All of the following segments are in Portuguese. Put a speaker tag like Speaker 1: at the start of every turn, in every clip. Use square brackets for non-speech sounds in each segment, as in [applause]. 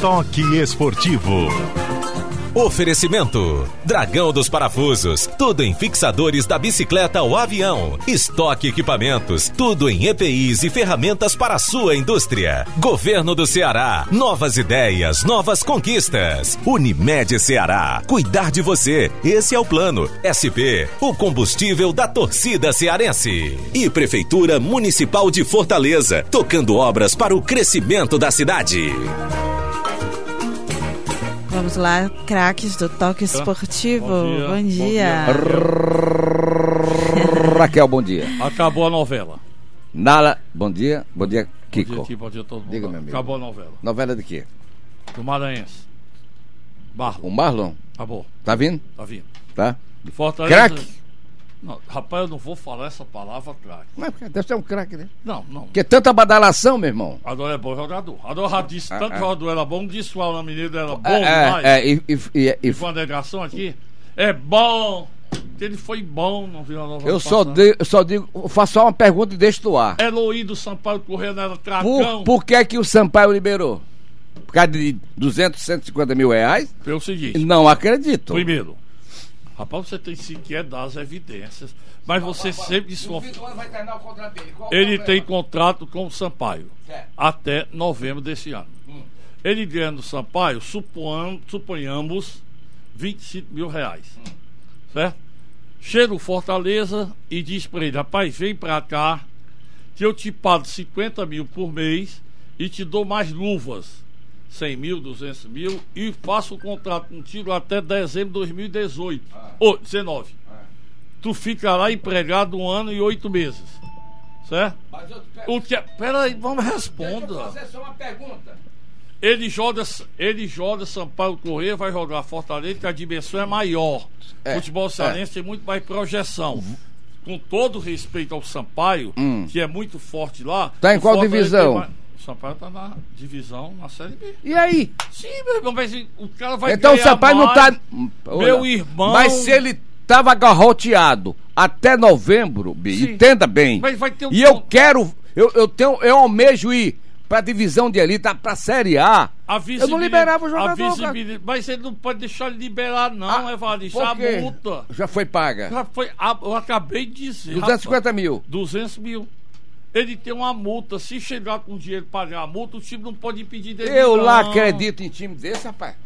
Speaker 1: Toque Esportivo.
Speaker 2: Oferecimento: Dragão dos Parafusos, tudo em fixadores da bicicleta ao avião. Estoque equipamentos, tudo em EPIs e ferramentas para a sua indústria. Governo do Ceará, novas ideias, novas conquistas. Unimed Ceará, cuidar de você. Esse é o plano. SP, o combustível da torcida cearense. E Prefeitura Municipal de Fortaleza, tocando obras para o crescimento da cidade.
Speaker 3: Vamos lá, craques do toque esportivo. Bom dia.
Speaker 4: Raquel, bom dia.
Speaker 5: Acabou a novela.
Speaker 4: Nala, bom dia. Bom dia,
Speaker 5: Bom
Speaker 4: Kiko.
Speaker 5: dia, Kiko, bom dia a todo mundo.
Speaker 4: Diga, meu amigo.
Speaker 5: Acabou a novela.
Speaker 4: Novela de quê?
Speaker 5: Do Maranhense.
Speaker 4: O
Speaker 5: Barro.
Speaker 4: Marlon,
Speaker 5: Acabou.
Speaker 4: tá vindo?
Speaker 5: Tá vindo.
Speaker 4: Tá?
Speaker 5: Fortaleza.
Speaker 4: Craque?
Speaker 5: Não, rapaz, eu não vou falar essa palavra craque.
Speaker 4: Mas deve ser um craque, né?
Speaker 5: Não, não.
Speaker 4: Porque tanta badalação, meu irmão.
Speaker 5: Adoro é bom jogador. Adoro já disse tanto
Speaker 4: Ah, ah.
Speaker 5: jogador era bom, disse o Alan Mineiro era bom demais.
Speaker 4: É, é, é, e, e- e- e-
Speaker 5: E com a negação aqui, é bom. Ele foi bom, não viu a novela.
Speaker 4: eu só,
Speaker 5: passar. É,
Speaker 4: di- eu só digo, eu faço só uma pergunta e deixo do ar.
Speaker 5: Eloído Sampaio correndo era
Speaker 4: Por,
Speaker 5: tracão.
Speaker 4: por que é que o Sampaio liberou? Por causa de 200, 150 mil reais?
Speaker 5: Pelo seguinte.
Speaker 4: Não acredito.
Speaker 5: Primeiro, rapaz, você tem sequer dar as evidências, mas você sempre desconfia.
Speaker 4: vai terminar o contrato É, dele.
Speaker 5: Ele tem contrato com o Sampaio até novembro desse ano. Ele ganha no Sampaio, suponham- suponhamos, 25 mil reais. Certo? Chega o Fortaleza e diz para ele: rapaz, vem para cá, que eu te pago 50 mil por mês e te dou mais luvas. 100 mil, 200 mil e faço o contrato contigo até dezembro de 2018 ou 19. Tu fica lá empregado um ano e oito meses, certo? O que? é- Peraí, vamos responda.
Speaker 4: só uma pergunta.
Speaker 5: Ele joga, ele joga Sampaio Corrêa, vai jogar Fortaleza, que a dimensão é maior.
Speaker 4: É, Uhum.
Speaker 5: Futebol cearense tem muito mais projeção. Com todo respeito ao Sampaio, que é muito forte lá.
Speaker 4: Hum. Tá em
Speaker 5: o
Speaker 4: qual
Speaker 5: Fortaleza
Speaker 4: divisão?
Speaker 5: tem mais- O Sampaio tá na divisão, na Série B.
Speaker 4: E aí?
Speaker 5: Sim, meu irmão, mas o cara vai
Speaker 4: então o
Speaker 5: ganhar
Speaker 4: Sampaio não tá.
Speaker 5: mais. Meu irmão.
Speaker 4: Mas se ele tava garroteado até novembro, Bi,
Speaker 5: Sim.
Speaker 4: entenda bem.
Speaker 5: Mas vai ter um
Speaker 4: E eu
Speaker 5: ponto.
Speaker 4: quero. Eu, eu tenho, eu almejo ir pra divisão de elite, tá, pra série A.
Speaker 5: A
Speaker 4: eu não
Speaker 5: visibilidade-
Speaker 4: liberava o
Speaker 5: a
Speaker 4: jogador. cara.
Speaker 5: visibilidade- Mas ele não pode deixar ele liberar, não,
Speaker 4: Ah,
Speaker 5: Evaristo.
Speaker 4: por
Speaker 5: A
Speaker 4: quê?
Speaker 5: multa.
Speaker 4: Já foi paga.
Speaker 5: Já foi, a- eu acabei de dizer.
Speaker 4: 250
Speaker 5: rapaz.
Speaker 4: mil.
Speaker 5: 200 mil. Ele tem uma multa. Se chegar com dinheiro e pagar a multa, o time não pode impedir dele.
Speaker 4: Eu lá
Speaker 5: não.
Speaker 4: acredito em time desse, rapaz.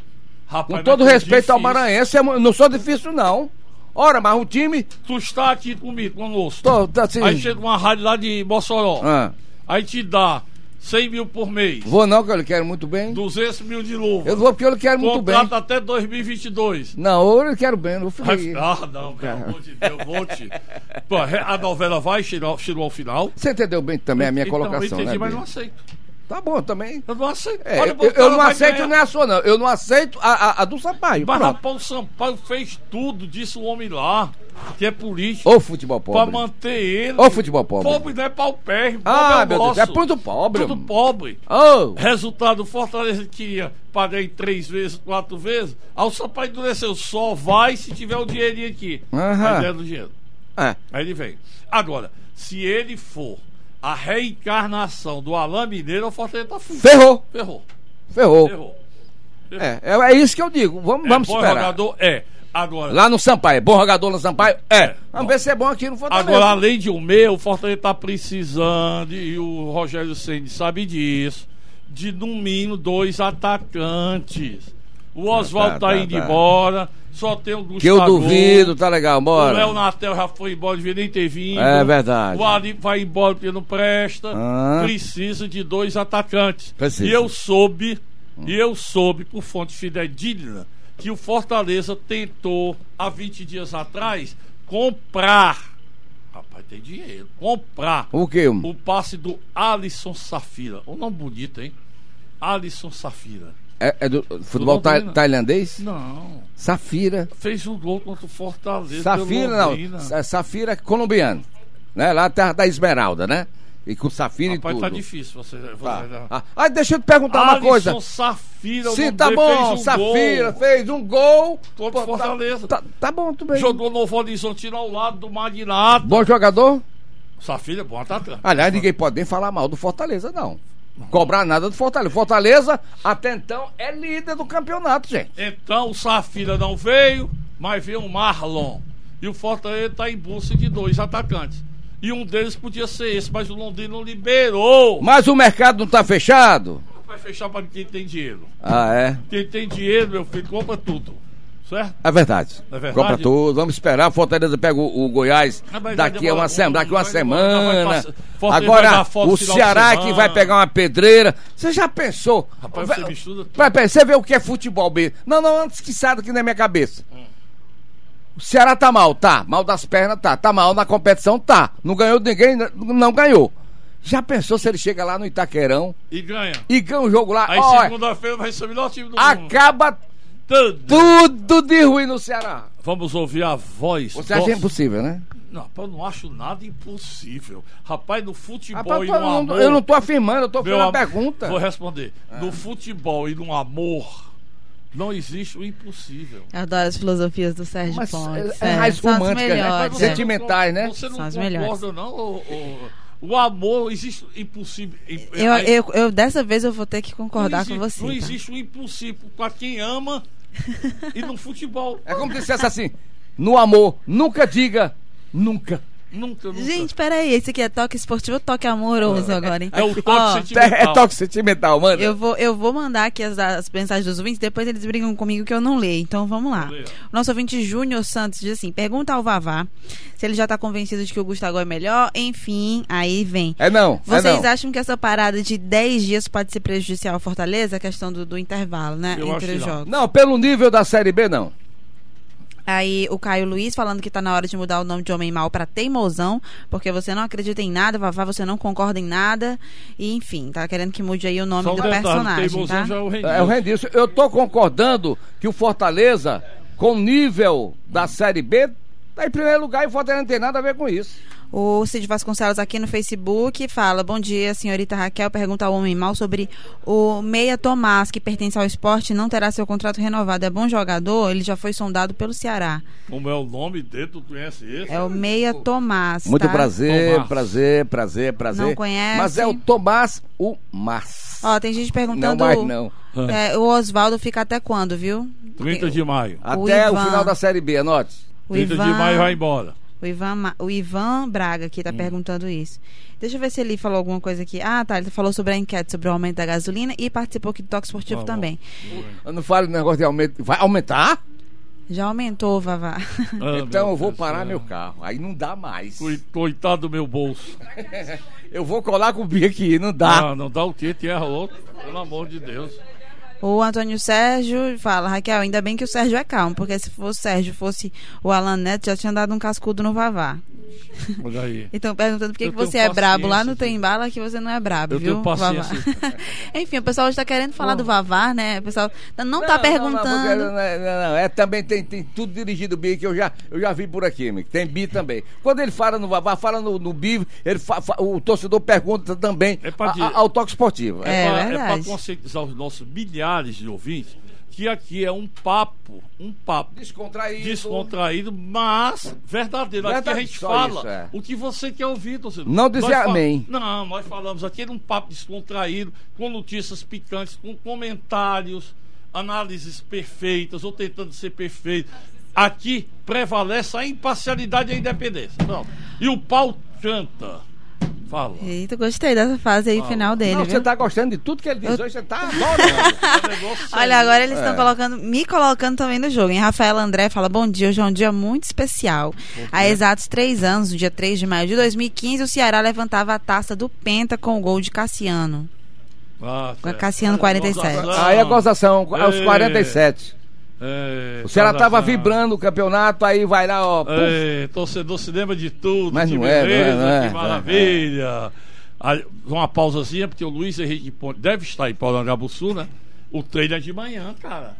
Speaker 5: Rapaz,
Speaker 4: Com
Speaker 5: mas
Speaker 4: todo
Speaker 5: tá
Speaker 4: respeito ao
Speaker 5: difícil.
Speaker 4: Maranhense, eu não sou difícil, não. Ora, mas o time.
Speaker 5: Tu está aqui comigo, conosco.
Speaker 4: Tô, tá assim.
Speaker 5: Aí chega uma rádio lá de Mossoró.
Speaker 4: Ah,
Speaker 5: Aí te dá 100 mil por mês,
Speaker 4: vou não, que eu lhe quero muito bem.
Speaker 5: 200 mil de luva.
Speaker 4: Eu vou porque eu lhe quero muito bem.
Speaker 5: Contrato até 2022.
Speaker 4: Não, eu lhe quero bem, não vou ficar
Speaker 5: Vai
Speaker 4: aí.
Speaker 5: ficar, ah, não, pelo amor de Deus, vou te. Pô, re- a novela vai, chegou, chegou ao final.
Speaker 4: Você entendeu bem também a minha
Speaker 5: Então, eu
Speaker 4: colocação,
Speaker 5: entendi,
Speaker 4: né?
Speaker 5: mas
Speaker 4: Bia?
Speaker 5: não aceito.
Speaker 4: Tá bom também.
Speaker 5: Eu não aceito.
Speaker 4: É,
Speaker 5: Olha,
Speaker 4: eu,
Speaker 5: o
Speaker 4: eu
Speaker 5: cara
Speaker 4: não
Speaker 5: vai
Speaker 4: aceito
Speaker 5: ganhar.
Speaker 4: nem a sua, não. Eu não aceito a, a- a do Sampaio.
Speaker 5: Mas
Speaker 4: Pronto.
Speaker 5: rapaz, o Sampaio fez tudo, disse o homem lá, que é político,
Speaker 4: Ô futebol
Speaker 5: pra
Speaker 4: pobre.
Speaker 5: manter ele.
Speaker 4: Ô futebol pobre.
Speaker 5: Pobre não é paupérrimo, pobre
Speaker 4: Ah,
Speaker 5: é
Speaker 4: meu
Speaker 5: nosso.
Speaker 4: Deus, é ponto pobre.
Speaker 5: Tudo pobre.
Speaker 4: Ô,
Speaker 5: Resultado, o Fortaleza queria pagar em três vezes, quatro vezes. Aí o Sampaio endureceu, só vai se tiver o dinheirinho aqui.
Speaker 4: Aham.
Speaker 5: Aí deram o dinheiro.
Speaker 4: é.
Speaker 5: Aí ele vem. Agora, se ele for a reencarnação do Alain Mineiro, o Fortaleza tá fudido.
Speaker 4: Ferrou,
Speaker 5: Ferrou.
Speaker 4: ferrou.
Speaker 5: Ferrou.
Speaker 4: É, é, é isso que eu digo. Vamos, vamos
Speaker 5: é, bom
Speaker 4: esperar.
Speaker 5: jogador é. Agora,
Speaker 4: Lá no Sampaio. Bom jogador no Sampaio? É.
Speaker 5: É.
Speaker 4: Vamos ver se é bom aqui no Fortaleza.
Speaker 5: Agora, além de um meio, o Fortaleza está precisando, e o Rogério Ceni sabe disso, de no mínimo dois atacantes. O Oswaldo está
Speaker 4: tá, tá,
Speaker 5: indo
Speaker 4: tá.
Speaker 5: embora, só tem o Gustavo.
Speaker 4: que eu duvido, tá legal,
Speaker 5: O
Speaker 4: bora.
Speaker 5: Léo Natel já foi embora, devia nem ter vindo.
Speaker 4: É verdade.
Speaker 5: O Ali vai embora porque não presta.
Speaker 4: Ah.
Speaker 5: Precisa de dois atacantes.
Speaker 4: Precisa.
Speaker 5: E eu soube, e eu soube por fonte fidedigna, que o Fortaleza tentou, há 20 dias atrás, comprar. Rapaz, tem dinheiro. Comprar
Speaker 4: O quê?
Speaker 5: o passe do Alisson Safira. Um nome bonito, hein? Alisson Safira.
Speaker 4: É, é do futebol
Speaker 5: Londrina.
Speaker 4: tai- tailandês?
Speaker 5: Não.
Speaker 4: Safira.
Speaker 5: Fez um gol contra o Fortaleza.
Speaker 4: Safira,
Speaker 5: pelo
Speaker 4: não.
Speaker 5: Londrina.
Speaker 4: Sa- Safira é colombiano. Né? Lá terra da Esmeralda, né? E com Safira e
Speaker 5: Rapaz,
Speaker 4: tudo.
Speaker 5: tá difícil né? você.
Speaker 4: Tá.
Speaker 5: você-
Speaker 4: Ah, ah, deixa eu te perguntar uma
Speaker 5: Alisson
Speaker 4: coisa.
Speaker 5: Safira, o
Speaker 4: Sim,
Speaker 5: nome
Speaker 4: tá
Speaker 5: dele,
Speaker 4: bom,
Speaker 5: fez um
Speaker 4: Safira
Speaker 5: gol
Speaker 4: fez um gol.
Speaker 5: Contra o
Speaker 4: Pô, tá,
Speaker 5: Fortaleza.
Speaker 4: tá, tá bom, tudo bem.
Speaker 5: Jogou Novo Horizontino ao lado do Magnata.
Speaker 4: Bom jogador?
Speaker 5: Safira, bom tá atacante.
Speaker 4: Ah. Aliás, ninguém pode nem falar mal do Fortaleza, não. cobrar nada do Fortaleza. Fortaleza, até então, é líder do campeonato, gente.
Speaker 5: Então o Safira não veio, mas veio o Marlon. E o Fortaleza está em busca de dois atacantes. E um deles podia ser esse, mas o Londrina não liberou.
Speaker 4: Mas o mercado não tá fechado?
Speaker 5: Vai fechar para quem tem dinheiro.
Speaker 4: Ah, é.
Speaker 5: Quem tem dinheiro, meu filho, compra tudo. Certo?
Speaker 4: É verdade.
Speaker 5: É verdade?
Speaker 4: Compra tudo, vamos esperar. Fortaleza pega o, o Goiás
Speaker 5: Ah, mas vai
Speaker 4: daqui a
Speaker 5: demorar
Speaker 4: uma semana,
Speaker 5: muito,
Speaker 4: daqui a uma
Speaker 5: vai demorar, vai
Speaker 4: semana.
Speaker 5: passar- Fortaleza vai
Speaker 4: Agora,
Speaker 5: dar foto
Speaker 4: o
Speaker 5: final de
Speaker 4: Ceará é que
Speaker 5: semana.
Speaker 4: vai pegar uma pedreira. Você já pensou?
Speaker 5: Rapaz,
Speaker 4: Vai-
Speaker 5: você mistura-
Speaker 4: vai- vai- Você vê o que é futebol mesmo. Não, não, antes que saia aqui na minha cabeça.
Speaker 5: Hum.
Speaker 4: O Ceará tá mal, tá. Mal das pernas, tá. Tá mal na competição, tá. Não ganhou de ninguém, n- não ganhou. Já pensou se ele chega lá no Itaquerão
Speaker 5: E ganha.
Speaker 4: e ganha o jogo lá?
Speaker 5: Aí um-
Speaker 4: Olha,
Speaker 5: segunda-feira vai ser o melhor time do mundo.
Speaker 4: acaba
Speaker 5: Tudo.
Speaker 4: tudo de ruim no Ceará.
Speaker 5: Vamos ouvir a voz.
Speaker 4: Você acha
Speaker 5: do-
Speaker 4: impossível, né?
Speaker 5: Não, rapaz, eu não acho nada impossível. Rapaz, no futebol
Speaker 4: Rapaz,
Speaker 5: e no
Speaker 4: eu, não,
Speaker 5: amor.
Speaker 4: eu não tô afirmando, eu tô
Speaker 5: Meu
Speaker 4: fazendo uma
Speaker 5: am-
Speaker 4: pergunta. É.
Speaker 5: Vou responder. No futebol e no amor, não existe o impossível.
Speaker 3: Eu adoro as filosofias do Sérgio
Speaker 4: Mas
Speaker 3: Pontes.
Speaker 4: é- é raiz
Speaker 3: são as
Speaker 4: romântica, né?
Speaker 3: melhores,
Speaker 4: Mas
Speaker 3: é.
Speaker 4: você- Sentimentais, né?
Speaker 5: Você não
Speaker 3: São as
Speaker 5: concorda,
Speaker 3: melhores.
Speaker 5: não? O, o amor existe impossível.
Speaker 3: Eu, eu, eu- dessa vez eu vou ter que concordar
Speaker 5: existe,
Speaker 3: com você.
Speaker 5: Não
Speaker 3: tá?
Speaker 5: existe o impossível para quem ama e no futebol.
Speaker 4: É como se dissesse assim: no amor, nunca diga nunca.
Speaker 5: Nunca, nunca.
Speaker 3: Gente, peraí, esse aqui é toque esportivo ou toque amoroso agora, hein?
Speaker 5: é o toque
Speaker 3: Ó,
Speaker 5: sentimental.
Speaker 4: É, é toque sentimental, mano.
Speaker 3: Eu vou, eu vou mandar aqui as, as mensagens dos ouvintes, depois eles brigam comigo que eu não leio. Então vamos lá.
Speaker 5: Leia.
Speaker 3: O nosso ouvinte Júnior Santos diz assim: pergunta ao Vavá se ele já tá convencido de que o Gustavo é melhor. Enfim, aí vem.
Speaker 4: É não. é
Speaker 3: Vocês
Speaker 4: não.
Speaker 3: acham que essa parada de 10 dias pode ser prejudicial à Fortaleza? A questão do, do intervalo, né?
Speaker 5: Eu acho
Speaker 3: Entre
Speaker 5: que
Speaker 3: os
Speaker 5: não.
Speaker 3: jogos.
Speaker 4: Não, pelo nível da Série B, não.
Speaker 3: Aí o Caio Luiz falando que tá na hora de mudar o nome de Homem Mal pra Teimosão, porque você não acredita em nada, Vavá, você não concorda em nada. E enfim, tá querendo que mude aí o nome
Speaker 5: Só um
Speaker 3: do
Speaker 5: detalhe,
Speaker 3: personagem,
Speaker 5: Teimosão
Speaker 3: tá?
Speaker 5: já é o Renilson.
Speaker 4: É o Rendilson. Eu tô concordando que o Fortaleza, com o nível da Série B, tá em primeiro lugar e o Fortaleza não tem nada a ver com isso.
Speaker 3: O Cid Vasconcelos aqui no Facebook fala: Bom dia, senhorita Raquel. Pergunta ao Homem Mal sobre o Meia Tomás, que pertence ao esporte, não terá seu contrato renovado. É bom jogador? Ele já foi sondado pelo Ceará.
Speaker 5: Como é o nome dele, tu conhece esse?
Speaker 3: É o Meia Tomás.
Speaker 4: Muito
Speaker 3: tá?
Speaker 4: prazer,
Speaker 5: Tomás.
Speaker 4: prazer, prazer, prazer.
Speaker 3: Não conhece?
Speaker 4: Mas é o Tomás, o Mas.
Speaker 3: Ó, tem gente perguntando.
Speaker 4: Não, mais não.
Speaker 3: é, o Oswaldo fica até quando, viu?
Speaker 5: 30 de maio.
Speaker 4: Até o,
Speaker 3: Ivan.
Speaker 4: final da Série B, anote.
Speaker 3: O
Speaker 5: 30
Speaker 3: Ivan,
Speaker 5: de maio vai embora.
Speaker 3: o Ivan, Ma- o Ivan Braga aqui tá
Speaker 4: Hum.
Speaker 3: perguntando isso. Deixa eu ver se ele falou alguma coisa aqui. Ah, tá. Ele falou sobre a enquete sobre o aumento da gasolina e participou aqui do Toque Esportivo
Speaker 5: Tá bom.
Speaker 3: também.
Speaker 4: Eu não falo negócio de aumento. Vai aumentar?
Speaker 3: Já aumentou, Vavá. [laughs]
Speaker 5: Ah,
Speaker 4: então
Speaker 5: meu
Speaker 4: eu vou
Speaker 5: Deus,
Speaker 4: parar
Speaker 5: é.
Speaker 4: meu carro. Aí não dá mais.
Speaker 5: Coi- Coitado do meu bolso.
Speaker 4: Eu vou colar com o Bia aqui, não dá.
Speaker 5: Ah, não dá o quê? Te erra outro. Pelo amor de Deus.
Speaker 3: O Antônio Sérgio fala, Raquel, ainda bem que o Sérgio é calmo, porque se fosse o Sérgio fosse o Alan Neto, já tinha dado um cascudo no Vavá.
Speaker 5: Olha aí.
Speaker 3: Então, perguntando por que,
Speaker 5: Eu
Speaker 3: que você
Speaker 5: tenho
Speaker 3: é brabo lá no
Speaker 5: paciência,
Speaker 3: Trem Bala, que você não é brabo,
Speaker 5: Eu
Speaker 3: viu,
Speaker 5: tenho paciência.
Speaker 3: Vavá? [laughs] Enfim, o pessoal hoje tá querendo falar do Vavá, né? O pessoal tá- não, tá perguntando.
Speaker 4: Não, porque não é- não, não. É, também tem, tem tudo dirigido Bia que eu já, eu já vi por aqui, amigo. Tem Bi também. Quando ele fala no Vavá, fala no, no Bi, ele fa- fa- o torcedor pergunta também
Speaker 5: É pra
Speaker 4: a-
Speaker 5: dizer.
Speaker 4: a- ao toque esportivo.
Speaker 3: É,
Speaker 5: pra- É para
Speaker 3: verdade.
Speaker 5: conscientizar os nossos milhares de ouvintes que aqui é um papo, um papo
Speaker 4: Descontraído.
Speaker 5: descontraído, mas verdadeiro. Aqui a
Speaker 4: Verdade-
Speaker 5: gente
Speaker 4: só
Speaker 5: fala
Speaker 4: isso, é.
Speaker 5: o que você quer ouvir, torcedor.
Speaker 4: Não dizer
Speaker 5: Nós fal-
Speaker 4: amém.
Speaker 5: Não, nós falamos aqui num papo descontraído, com notícias picantes, com comentários, análises perfeitas ou tentando ser perfeito. Aqui prevalece a imparcialidade e a independência. Não. E o pau canta. Fala.
Speaker 3: Eita, gostei dessa fase aí, final dele,
Speaker 4: Não,
Speaker 3: viu?
Speaker 4: você tá gostando de tudo que ele diz hoje, você tá
Speaker 5: É
Speaker 4: adorando.
Speaker 5: um negócio
Speaker 3: Olha,
Speaker 5: sério.
Speaker 3: agora eles estão colocando, me colocando também no jogo. Hein? Rafael André fala: Bom dia, hoje é um dia muito especial. Há exatos três anos, no dia 3 de maio de 2015, o Ceará levantava a taça do Penta com o gol de Cassiano.
Speaker 5: Ah, certo.
Speaker 3: Cassiano, 47.
Speaker 4: Aí é a gozação, aos
Speaker 5: Tá. Ei.
Speaker 4: 47.
Speaker 5: É,
Speaker 4: O Ceará
Speaker 5: gozação.
Speaker 4: tava vibrando o campeonato, aí vai lá, ó. puf,
Speaker 5: É, torcedor se lembra de tudo.
Speaker 4: Mas
Speaker 5: que
Speaker 4: não é, não é,
Speaker 5: beleza,
Speaker 4: não é,
Speaker 5: que
Speaker 4: não é.
Speaker 5: maravilha. Aí, uma pausazinha, porque o Luiz Henrique Ponte deve estar em Paulangabuçu, né? O treino é de manhã, cara.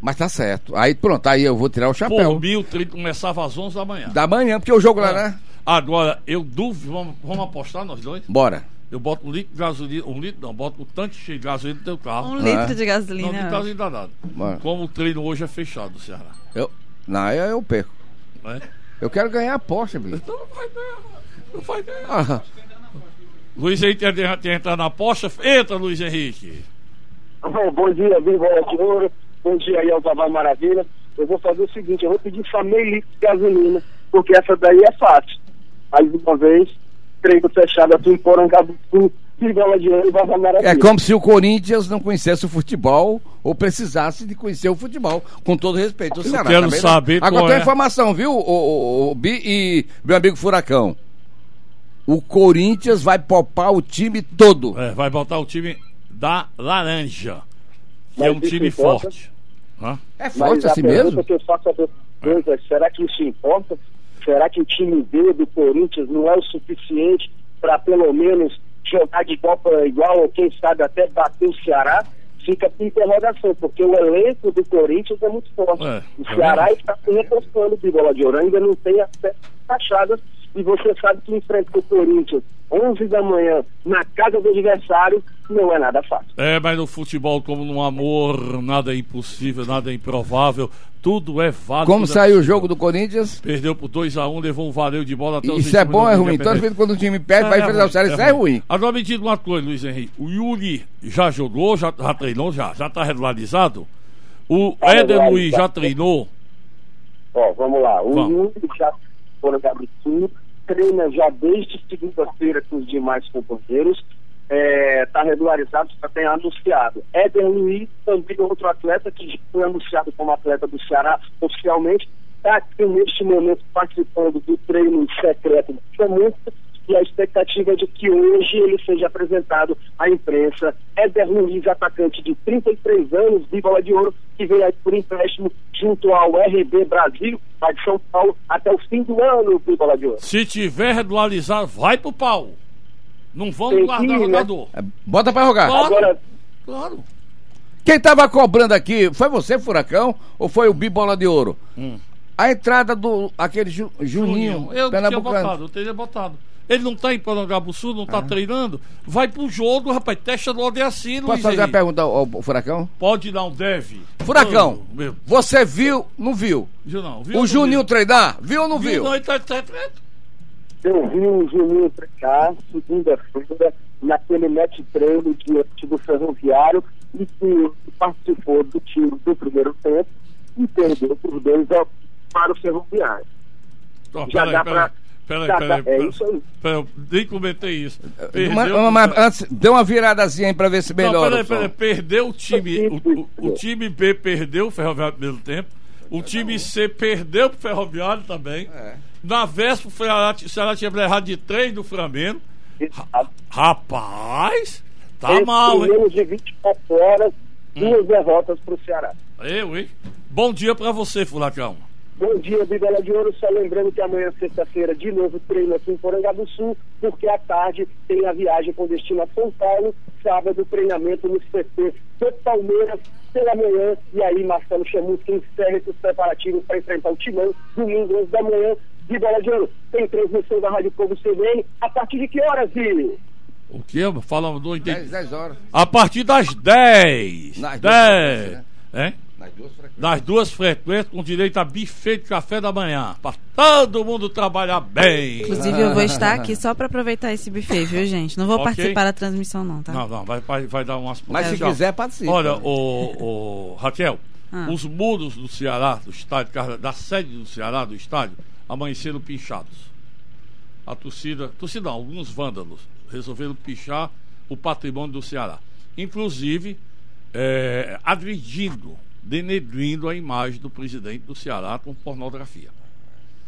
Speaker 4: Mas tá certo. Aí pronto, aí eu vou tirar o
Speaker 5: Por
Speaker 4: chapéu.
Speaker 5: mim, o treino começava às 11 da manhã.
Speaker 4: Da manhã, porque o jogo lá,
Speaker 5: Ah.
Speaker 4: né?
Speaker 5: Agora, eu duvido. Vamos, vamos apostar nós dois?
Speaker 4: Bora.
Speaker 5: Eu boto um litro de gasolina. Um litro não, boto um tanque cheio de gasolina no teu carro.
Speaker 3: Um
Speaker 5: Um
Speaker 3: litro né? de
Speaker 5: não, de
Speaker 3: gasolina.
Speaker 5: gasolina danado.
Speaker 4: Bora.
Speaker 5: Como o treino hoje é fechado, Ceará.
Speaker 4: Eu... Não, eu, eu perco.
Speaker 5: Né?
Speaker 4: Eu quero ganhar a aposta, bicho.
Speaker 5: Então não vai ganhar. Não vai ganhar.
Speaker 4: Ah,
Speaker 5: Luiz Henrique tem tem entrar na aposta. Entra, Luiz Henrique.
Speaker 6: Bom, bom dia, Viva de Ouro. Bom dia aí ao Vavá Maravilha. Eu vou fazer o seguinte, eu vou pedir só meio litro de gasolina, porque essa daí é fácil. Mais uma vez, treino fechado aqui em Porangabutu, Viva de Ouro e Vavá Maravilha.
Speaker 4: É como se o Corinthians não conhecesse o futebol ou precisasse de conhecer o futebol. Com todo respeito, o Ceará.
Speaker 5: quero
Speaker 4: também não.
Speaker 5: saber
Speaker 4: Agora
Speaker 5: qual
Speaker 4: tem
Speaker 5: é.
Speaker 4: informação, viu, o, o- o Bi e meu amigo Furacão? O Corinthians vai poupar o time todo.
Speaker 5: É, vai botar o time da Laranja. Que
Speaker 6: Mas
Speaker 5: é um
Speaker 6: isso
Speaker 5: time
Speaker 6: importa?
Speaker 5: forte. Hã?
Speaker 4: É
Speaker 6: Mas
Speaker 4: forte
Speaker 6: a
Speaker 4: assim
Speaker 6: pergunta
Speaker 4: mesmo?
Speaker 6: que eu faço a vocês é, será que isso importa? Será que o time B do Corinthians não é o suficiente para pelo menos jogar de Copa igual ou quem sabe até bater o Ceará? Fica com interrogação, porque o elenco do Corinthians é muito forte.
Speaker 5: É,
Speaker 6: o
Speaker 5: tá
Speaker 6: Ceará
Speaker 5: vendo?
Speaker 6: está se repostando de bola de ouro, ainda não tem acesso às taxadas. E você sabe que enfrenta o Corinthians 11 da manhã na casa do adversário não é nada fácil.
Speaker 5: É, mas no futebol, como no amor, nada é impossível, nada é improvável. Tudo é válido.
Speaker 4: Como
Speaker 5: tudo é
Speaker 4: saiu o
Speaker 5: possível.
Speaker 4: jogo do Corinthians?
Speaker 5: Perdeu por 2x1, levou um vareio de bola até os
Speaker 4: Isso é
Speaker 5: 20
Speaker 4: bom ou é
Speaker 5: minutos do
Speaker 4: ruim? Toda
Speaker 5: Independente.
Speaker 4: vez que quando o time perde,
Speaker 5: Ah,
Speaker 4: vai enfrentar o Ceará. Isso é ruim.
Speaker 5: Agora me diga uma coisa, Luiz Henrique. O Yuri já jogou, já, já treinou, já já está regularizado? O
Speaker 6: Tá
Speaker 5: Éder
Speaker 6: regularizado.
Speaker 5: Luiz já treinou?
Speaker 6: Ó, vamos lá. O
Speaker 5: Vamos.
Speaker 6: Yuri já fora da Sul, treina já desde segunda-feira com os demais companheiros. Está regularizado, já tem anunciado. Éder Luiz, também outro atleta que já foi anunciado como atleta do Ceará oficialmente, está aqui neste momento participando do treino secreto do Flamengo e a expectativa é de que hoje ele seja apresentado à imprensa. Éder Luiz, atacante de 33 anos, de bola de ouro, que veio aí por empréstimo junto ao RB Brasil, vai de São Paulo, até o fim do ano, de bola de ouro.
Speaker 5: Se tiver regularizado, vai pro pau. Não vamos
Speaker 6: Tem que
Speaker 5: guardar
Speaker 6: ir, né?
Speaker 5: jogador.
Speaker 4: É, Bota pra jogar.
Speaker 5: Bota.
Speaker 6: Agora,
Speaker 5: Claro.
Speaker 4: Quem tava cobrando aqui, foi você, Furacão, ou foi o Bibola de Ouro? A entrada do aquele Ju- Juninho,
Speaker 5: Hum. Juninho, eu teria
Speaker 4: Pernambucano. É.
Speaker 5: botado, eu teria botado. Ele não tá em Sul, não tá treinando. Vai pro jogo, rapaz. Testa do Odeacir, Luiz
Speaker 4: Posso fazer uma
Speaker 5: Henrique.
Speaker 4: pergunta ao, ao Furacão?
Speaker 5: Pode não, deve.
Speaker 4: Furacão,
Speaker 5: Não, Hum, meu.
Speaker 4: você viu, não viu?
Speaker 5: Ju- não, viu,
Speaker 4: O
Speaker 5: não
Speaker 4: Juninho
Speaker 5: viu?
Speaker 4: treinar? Viu ou não viu?
Speaker 5: Não, ele tá, tá, tá-
Speaker 6: eu vi o Juninho cá, segunda-feira, naquele match treino diante do Ferroviário, e que participou do time do primeiro tempo e perdeu por dois a- um para o Ferroviário.
Speaker 5: Ó,
Speaker 6: Já
Speaker 5: peraí,
Speaker 6: dá
Speaker 5: peraí,
Speaker 6: pra-
Speaker 5: peraí,
Speaker 6: já
Speaker 5: peraí,
Speaker 6: dá- é
Speaker 5: peraí.
Speaker 6: isso aí.
Speaker 5: Peraí, eu nem comentei isso.
Speaker 4: Mas-
Speaker 5: Perdeu-
Speaker 4: mas antes, dê uma viradazinha aí pra ver se
Speaker 5: Não,
Speaker 4: melhora.
Speaker 5: peraí,
Speaker 4: o som.
Speaker 5: peraí, perdeu o time. O, o- o time B perdeu o Ferroviário no primeiro tempo. O time C perdeu pro Ferroviário também.
Speaker 4: É.
Speaker 5: Na véspera, o Ceará, o Ceará tinha errado de 3 do Flamengo.
Speaker 6: Exato.
Speaker 5: Rapaz, tá
Speaker 6: Esse
Speaker 5: mal, hein? Hum.
Speaker 6: menos de 24 horas, duas derrotas para o Ceará.
Speaker 5: Eu, hein? Bom dia pra você, Furacão.
Speaker 6: Bom dia, Bibela de Ouro. Só lembrando que amanhã, sexta-feira, de novo treino aqui em Porangá do Sul, porque à tarde tem a viagem com destino a São Paulo, sábado treinamento no CT do Palmeiras pela manhã, e aí Marcelo Chamusca encerra esses preparativos para enfrentar o Timão, domingo, 11 da manhã. Bibela de Ouro, tem transmissão da Rádio Povo CBN, a partir de que horas, Vini?
Speaker 5: O que? Falamos do
Speaker 4: Dez- dez horas.
Speaker 5: A partir das 10.
Speaker 4: Nas duas
Speaker 5: 10.
Speaker 4: frequências, né?
Speaker 5: Hein? Nas duas frequências, com direito a buffet de café da manhã. Pra todo mundo trabalhar bem.
Speaker 3: Inclusive, eu vou estar aqui só pra aproveitar esse buffet, viu,
Speaker 4: [laughs]
Speaker 3: gente? Não vou
Speaker 5: Ok.
Speaker 3: participar da transmissão, não, tá?
Speaker 5: Não, não, vai, vai, vai dar umas
Speaker 4: Mas se
Speaker 5: Tchau.
Speaker 4: quiser, participa.
Speaker 5: Olha, o, o- Raquel,
Speaker 3: Ah.
Speaker 5: os muros do Ceará, do estádio, Carla, da sede do Ceará, do estádio, amanheceram pinchados. A torcida, torcida não, alguns vândalos resolveram pinchar o patrimônio do Ceará. Inclusive, eh, agredindo, denegrindo a imagem do presidente do Ceará com pornografia.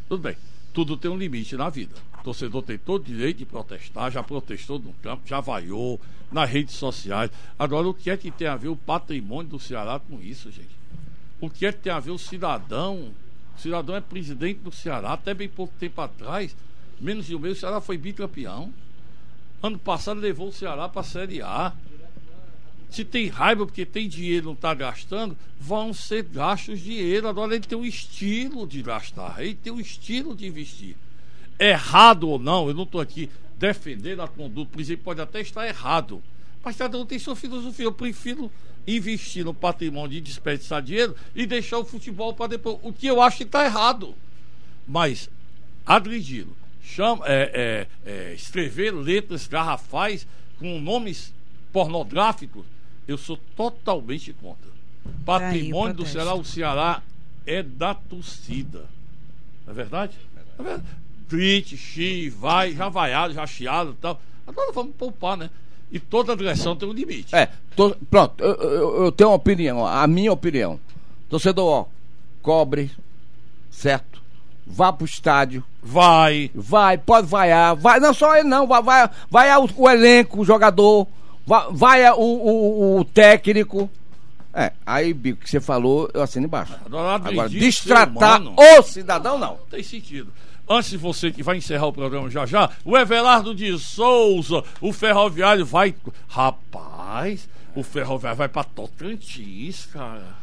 Speaker 5: Tudo bem. Tudo tem um limite na vida. O torcedor tem todo o direito de protestar, já protestou no campo, já vaiou, nas redes sociais. Agora, o que é que tem a ver o patrimônio do Ceará com isso, gente? O que é que tem a ver o cidadão? O cidadão é presidente do Ceará, até bem pouco tempo atrás, menos de um mês, o Ceará foi bicampeão. Ano passado levou o Ceará para a Série A. Se tem raiva porque tem dinheiro e não está gastando, vão ser gastos dinheiro. Agora ele tem um estilo de gastar, ele tem um estilo de investir. Errado ou não, eu não estou aqui defendendo a conduta, o presidente pode até estar errado. Mas cada um tem sua filosofia. Eu prefiro investir no patrimônio e desperdiçar dinheiro e tá deixar o futebol para depois. O que eu acho que está errado. Mas agrediram, chama, é, é, é, escrever letras garrafais com nomes pornográficos, eu sou totalmente contra. Patrimônio do
Speaker 3: protesto.
Speaker 5: Ceará, o Ceará é da torcida. Não é verdade? É verdade. Tweet, chi, vai, já vaiado, já chiado e tal. Agora vamos poupar, né? E toda agressão tem um limite.
Speaker 4: É, tô- pronto, eu, eu- eu tenho uma opinião, ó, a minha opinião. Torcedor, ó, cobre, certo? Vá pro estádio,
Speaker 5: Vai,
Speaker 4: vai, pode vaiar, vai, não só ele não, vai, vai, vai o, o elenco, o jogador, vai, vai o, o- o técnico. É, aí, Bico, que você falou, eu assino embaixo.
Speaker 5: Agora,
Speaker 4: Agora,
Speaker 5: agredir
Speaker 4: destratar
Speaker 5: ser humano.
Speaker 4: o cidadão, não.
Speaker 5: Não tem sentido. Antes de você que vai encerrar o programa já já, o Everardo de Souza, o ferroviário vai. Rapaz, o ferroviário vai pra Tocantins, cara.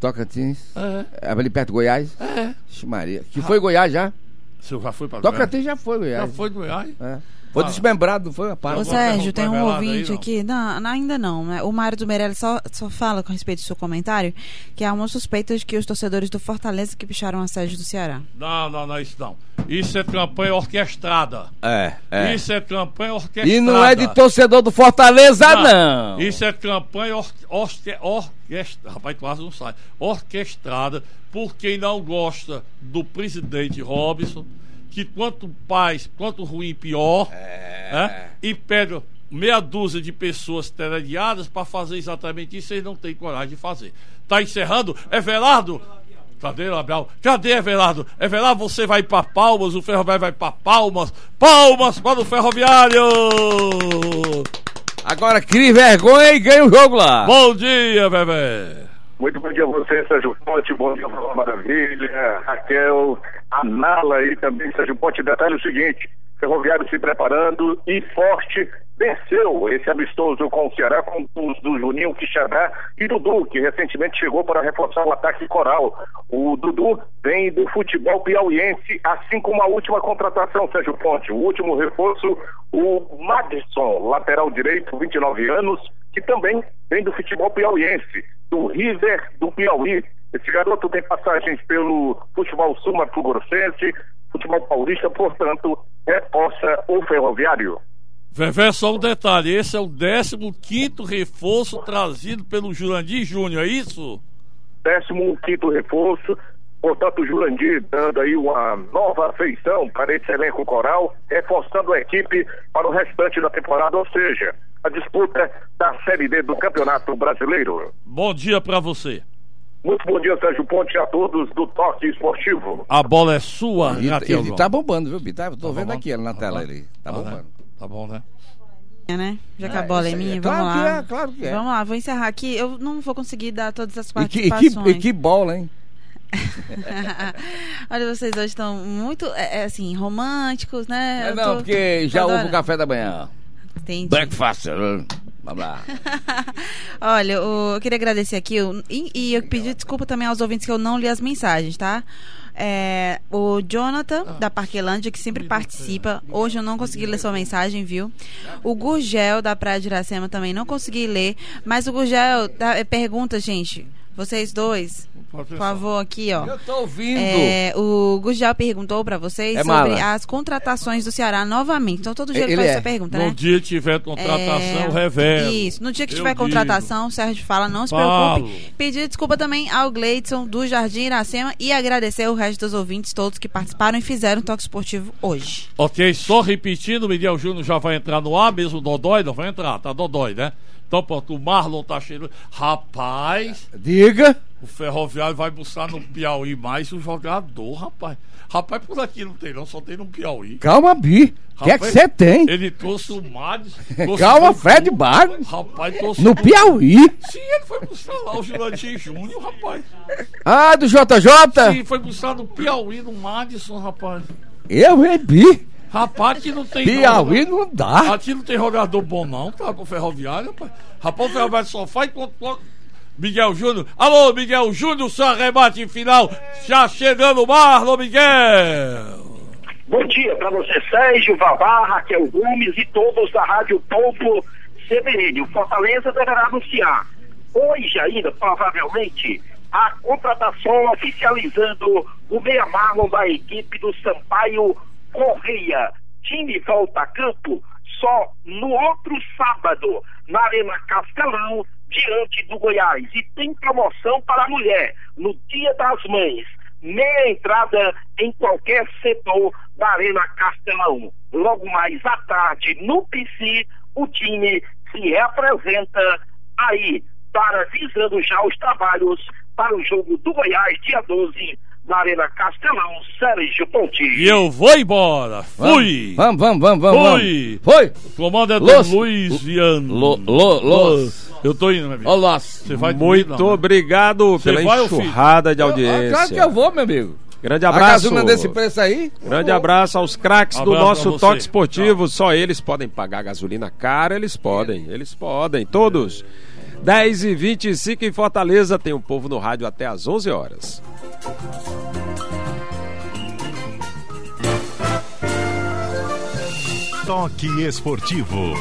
Speaker 4: Tocantins,
Speaker 5: É,
Speaker 4: é ali perto de Goiás.
Speaker 5: é.
Speaker 4: Vixe Maria, que foi Goiás já?
Speaker 5: Você já foi pra
Speaker 4: Tocantins já foi
Speaker 5: Já
Speaker 4: Goiás.
Speaker 5: foi do Goiás?
Speaker 4: É. Foi desmembrado, não foi a
Speaker 3: Ô
Speaker 5: Alguma
Speaker 3: Sérgio,
Speaker 5: pergunta
Speaker 4: tá
Speaker 3: tem um
Speaker 5: revelada
Speaker 3: ouvinte
Speaker 5: aí, não?
Speaker 3: aqui. Não, não, ainda não, né? O Mário do Meirelles só, só fala com respeito do seu comentário que há uma suspeita de que os torcedores do Fortaleza que picharam a sede do Ceará.
Speaker 5: Não, não, não, isso não. Isso é campanha orquestrada.
Speaker 4: É, é.
Speaker 5: Isso é campanha orquestrada.
Speaker 4: E não é de torcedor do Fortaleza, não.
Speaker 5: Isso é campanha or, orque- orquestra, rapaz, quase não sai. Orquestrada por quem não gosta do presidente Robson, que quanto mais, quanto ruim, pior. né? E pega meia dúzia de pessoas telediadas para fazer exatamente isso, vocês não têm coragem de fazer. Tá encerrando? Everardo? Cadê, Gabriel? Cadê, Everardo? Everardo, você vai para Palmas, o Ferroviário vai para Palmas. Palmas para o Ferroviário!
Speaker 4: Agora crie vergonha e ganha o jogo
Speaker 5: [laughs]
Speaker 4: lá.
Speaker 5: Bom dia, bebê!
Speaker 7: Muito bom dia a você, Sérgio Ponte. Bom dia, Bruno Maravilha, Raquel, Anala e também Sérgio Ponte. Detalhe o seguinte: Ferroviário se preparando e forte venceu esse amistoso com o Ceará, com os do Juninho Quixadá e Dudu, que recentemente chegou para reforçar o ataque coral. O Dudu vem do futebol piauiense, assim como a última contratação, Sérgio Ponte. O último reforço, o Madison, lateral direito, 29 anos, que também vem do futebol piauiense do River do Piauí. Esse garoto tem passagens pelo futebol sul-mato grossense, futebol paulista, portanto, reforça o ferroviário.
Speaker 5: Vevé, só um detalhe, esse é o 15 reforço trazido pelo Jurandir Júnior, é isso?
Speaker 7: 15 reforço, portanto, o Jurandir dando aí uma nova feição para esse elenco coral, reforçando a equipe para o restante da temporada, ou seja, a disputa da Série D do Campeonato Brasileiro.
Speaker 5: Bom dia pra você.
Speaker 7: Muito bom dia, Sérgio Ponte, a todos do Toque Esportivo.
Speaker 5: A bola é sua,
Speaker 4: Ele,
Speaker 5: Raquel
Speaker 4: ele
Speaker 5: Gomes.
Speaker 4: tá bombando, viu, Bico? Tá- tô vendo
Speaker 5: bombando?
Speaker 4: aqui ele na
Speaker 5: Tá
Speaker 4: tela
Speaker 5: bom.
Speaker 4: ali. Tá
Speaker 5: né?
Speaker 4: bombando.
Speaker 5: Tá bom, né?
Speaker 3: É, né? Já que a
Speaker 4: É,
Speaker 3: bola é
Speaker 4: isso aí,
Speaker 3: minha,
Speaker 4: é
Speaker 3: vamos
Speaker 4: claro que
Speaker 3: lá.
Speaker 4: é, claro que é.
Speaker 3: Vamos lá, vou encerrar aqui. Eu não vou conseguir dar todas as
Speaker 4: E que, e, que,
Speaker 3: participações.
Speaker 4: e que bola, hein?
Speaker 3: Olha, vocês hoje estão muito, é, é, assim, românticos, né?
Speaker 4: É,
Speaker 3: Eu
Speaker 4: não,
Speaker 3: tô-
Speaker 4: porque
Speaker 3: tô
Speaker 4: já houve o
Speaker 3: adorando.
Speaker 4: café da manhã.
Speaker 3: Entendi.
Speaker 4: Breakfast. né? Vamos lá.
Speaker 3: Olha, o- eu queria agradecer aqui o- e, e eu pedi desculpa também aos ouvintes que eu não li as mensagens, tá? É, o Jonathan,
Speaker 4: Ah.
Speaker 3: da Parquelândia, que sempre participa. Hoje eu não consegui ler sua mensagem, viu? O Gurgel, da Praia de Iracema, também não consegui ler. Mas o Gurgel tá- é, pergunta, gente, vocês dois, por favor, aqui, ó.
Speaker 4: [laughs] Eu tô ouvindo.
Speaker 3: É, o Gurgel perguntou pra vocês
Speaker 4: É
Speaker 3: sobre
Speaker 4: mala.
Speaker 3: as contratações do Ceará novamente. Então, todo dia
Speaker 4: Ele
Speaker 3: ele, faz
Speaker 4: é.
Speaker 3: essa pergunta,
Speaker 5: No
Speaker 3: né? É.
Speaker 5: dia que tiver contratação, revela.
Speaker 3: Isso. No dia que
Speaker 5: Eu
Speaker 3: tiver
Speaker 5: digo.
Speaker 3: contratação, o Sérgio fala, não se
Speaker 5: Paulo.
Speaker 3: preocupe. Pedir desculpa também ao Gleidson do Jardim Iracema e agradecer o resto dos ouvintes todos que participaram e fizeram o toque esportivo hoje.
Speaker 5: Ok, só repetindo, o Miguel Júnior já vai entrar no ar, mesmo o Dodói não vai entrar, tá Dodói, né? Então, pronto, o Marlon tá cheio. Rapaz,
Speaker 4: Diga.
Speaker 5: O Ferroviário vai buscar no Piauí mais um jogador, rapaz. Rapaz, por aqui não tem não, só tem no Piauí.
Speaker 4: Calma, Bi. O que é que
Speaker 5: Rapaz,
Speaker 4: você tem?
Speaker 5: Ele trouxe o Mads. trouxe
Speaker 4: Calma,
Speaker 5: o Dudu.
Speaker 4: Fred Barnes.
Speaker 5: Rapaz, trouxe
Speaker 4: No
Speaker 5: o-
Speaker 4: Piauí.
Speaker 5: Sim, ele foi buscar lá o Jurandir Júnior, rapaz.
Speaker 4: Ah, do JJ.
Speaker 5: Sim, foi buscar no Piauí, no Madison, rapaz.
Speaker 4: Eu, hein, Bi.
Speaker 5: Rapaz, aqui não né? tem
Speaker 4: Piauí
Speaker 5: não.
Speaker 4: não dá.
Speaker 5: Aqui não tem jogador bom não, tá? Com o Ferroviário, rapaz. Rapaz, o Ferroviário só faz contra... Miguel Júnior. Alô, Miguel Júnior, seu arrebate final. Já chegando o Marlon Miguel.
Speaker 6: Bom dia para você, Sérgio, Vavá, Raquel Gomes e todos da Rádio Povo CBN. O Fortaleza deverá anunciar hoje ainda, provavelmente, a contratação oficializando o meia Marlon da equipe do Sampaio
Speaker 7: Correia, time volta a campo só no outro sábado, na Arena Castelão, diante do Goiás. E tem promoção para a mulher no Dia das Mães. Meia entrada em qualquer setor da Arena Castelão. Logo mais à tarde, no PC, o time se representa aí, paralisando já os trabalhos para o jogo do Goiás, dia 12, na Arena Castelão, Sérgio Pontinho.
Speaker 5: E eu vou embora. Fui.
Speaker 4: Vamos, vamos, vamos, vamos.
Speaker 5: Fui.
Speaker 4: vamos. Foi!
Speaker 5: O comando é
Speaker 4: Ah, Los-
Speaker 5: do Luiz Viano.
Speaker 4: Lo, lo, los.
Speaker 5: Eu tô indo, meu amigo.
Speaker 4: Ó, los.
Speaker 5: Você vai dormir,
Speaker 8: Muito
Speaker 5: não, né?
Speaker 8: obrigado
Speaker 5: Você
Speaker 8: pela
Speaker 5: vai, ô filho?
Speaker 8: enxurrada de
Speaker 4: Ah, Claro que
Speaker 8: audiência.
Speaker 4: eu vou, meu amigo.
Speaker 8: Grande
Speaker 4: A
Speaker 8: abraço.
Speaker 4: gasolina desse Um preço aí.
Speaker 8: Grande abraço aos craques
Speaker 5: Abraço
Speaker 8: do
Speaker 5: pra
Speaker 8: nosso
Speaker 5: você.
Speaker 8: toque esportivo. Só eles podem pagar gasolina cara, eles podem,
Speaker 4: É.
Speaker 8: eles podem, todos. 10 e 25 em Fortaleza, tem um povo no rádio até às 11 horas.
Speaker 1: Toque esportivo.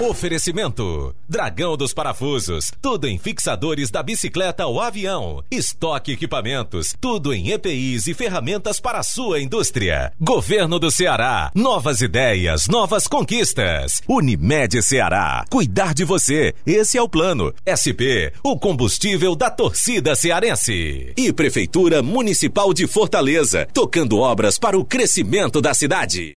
Speaker 2: Oferecimento: Dragão dos Parafusos, tudo em fixadores da bicicleta ou avião. Estoque equipamentos, tudo em EPIs e ferramentas para a sua indústria. Governo do Ceará, novas ideias, novas conquistas. Unimed Ceará, cuidar de você. Esse é o plano. SP, o combustível da torcida cearense. E Prefeitura Municipal de Fortaleza, tocando obras para o crescimento da cidade.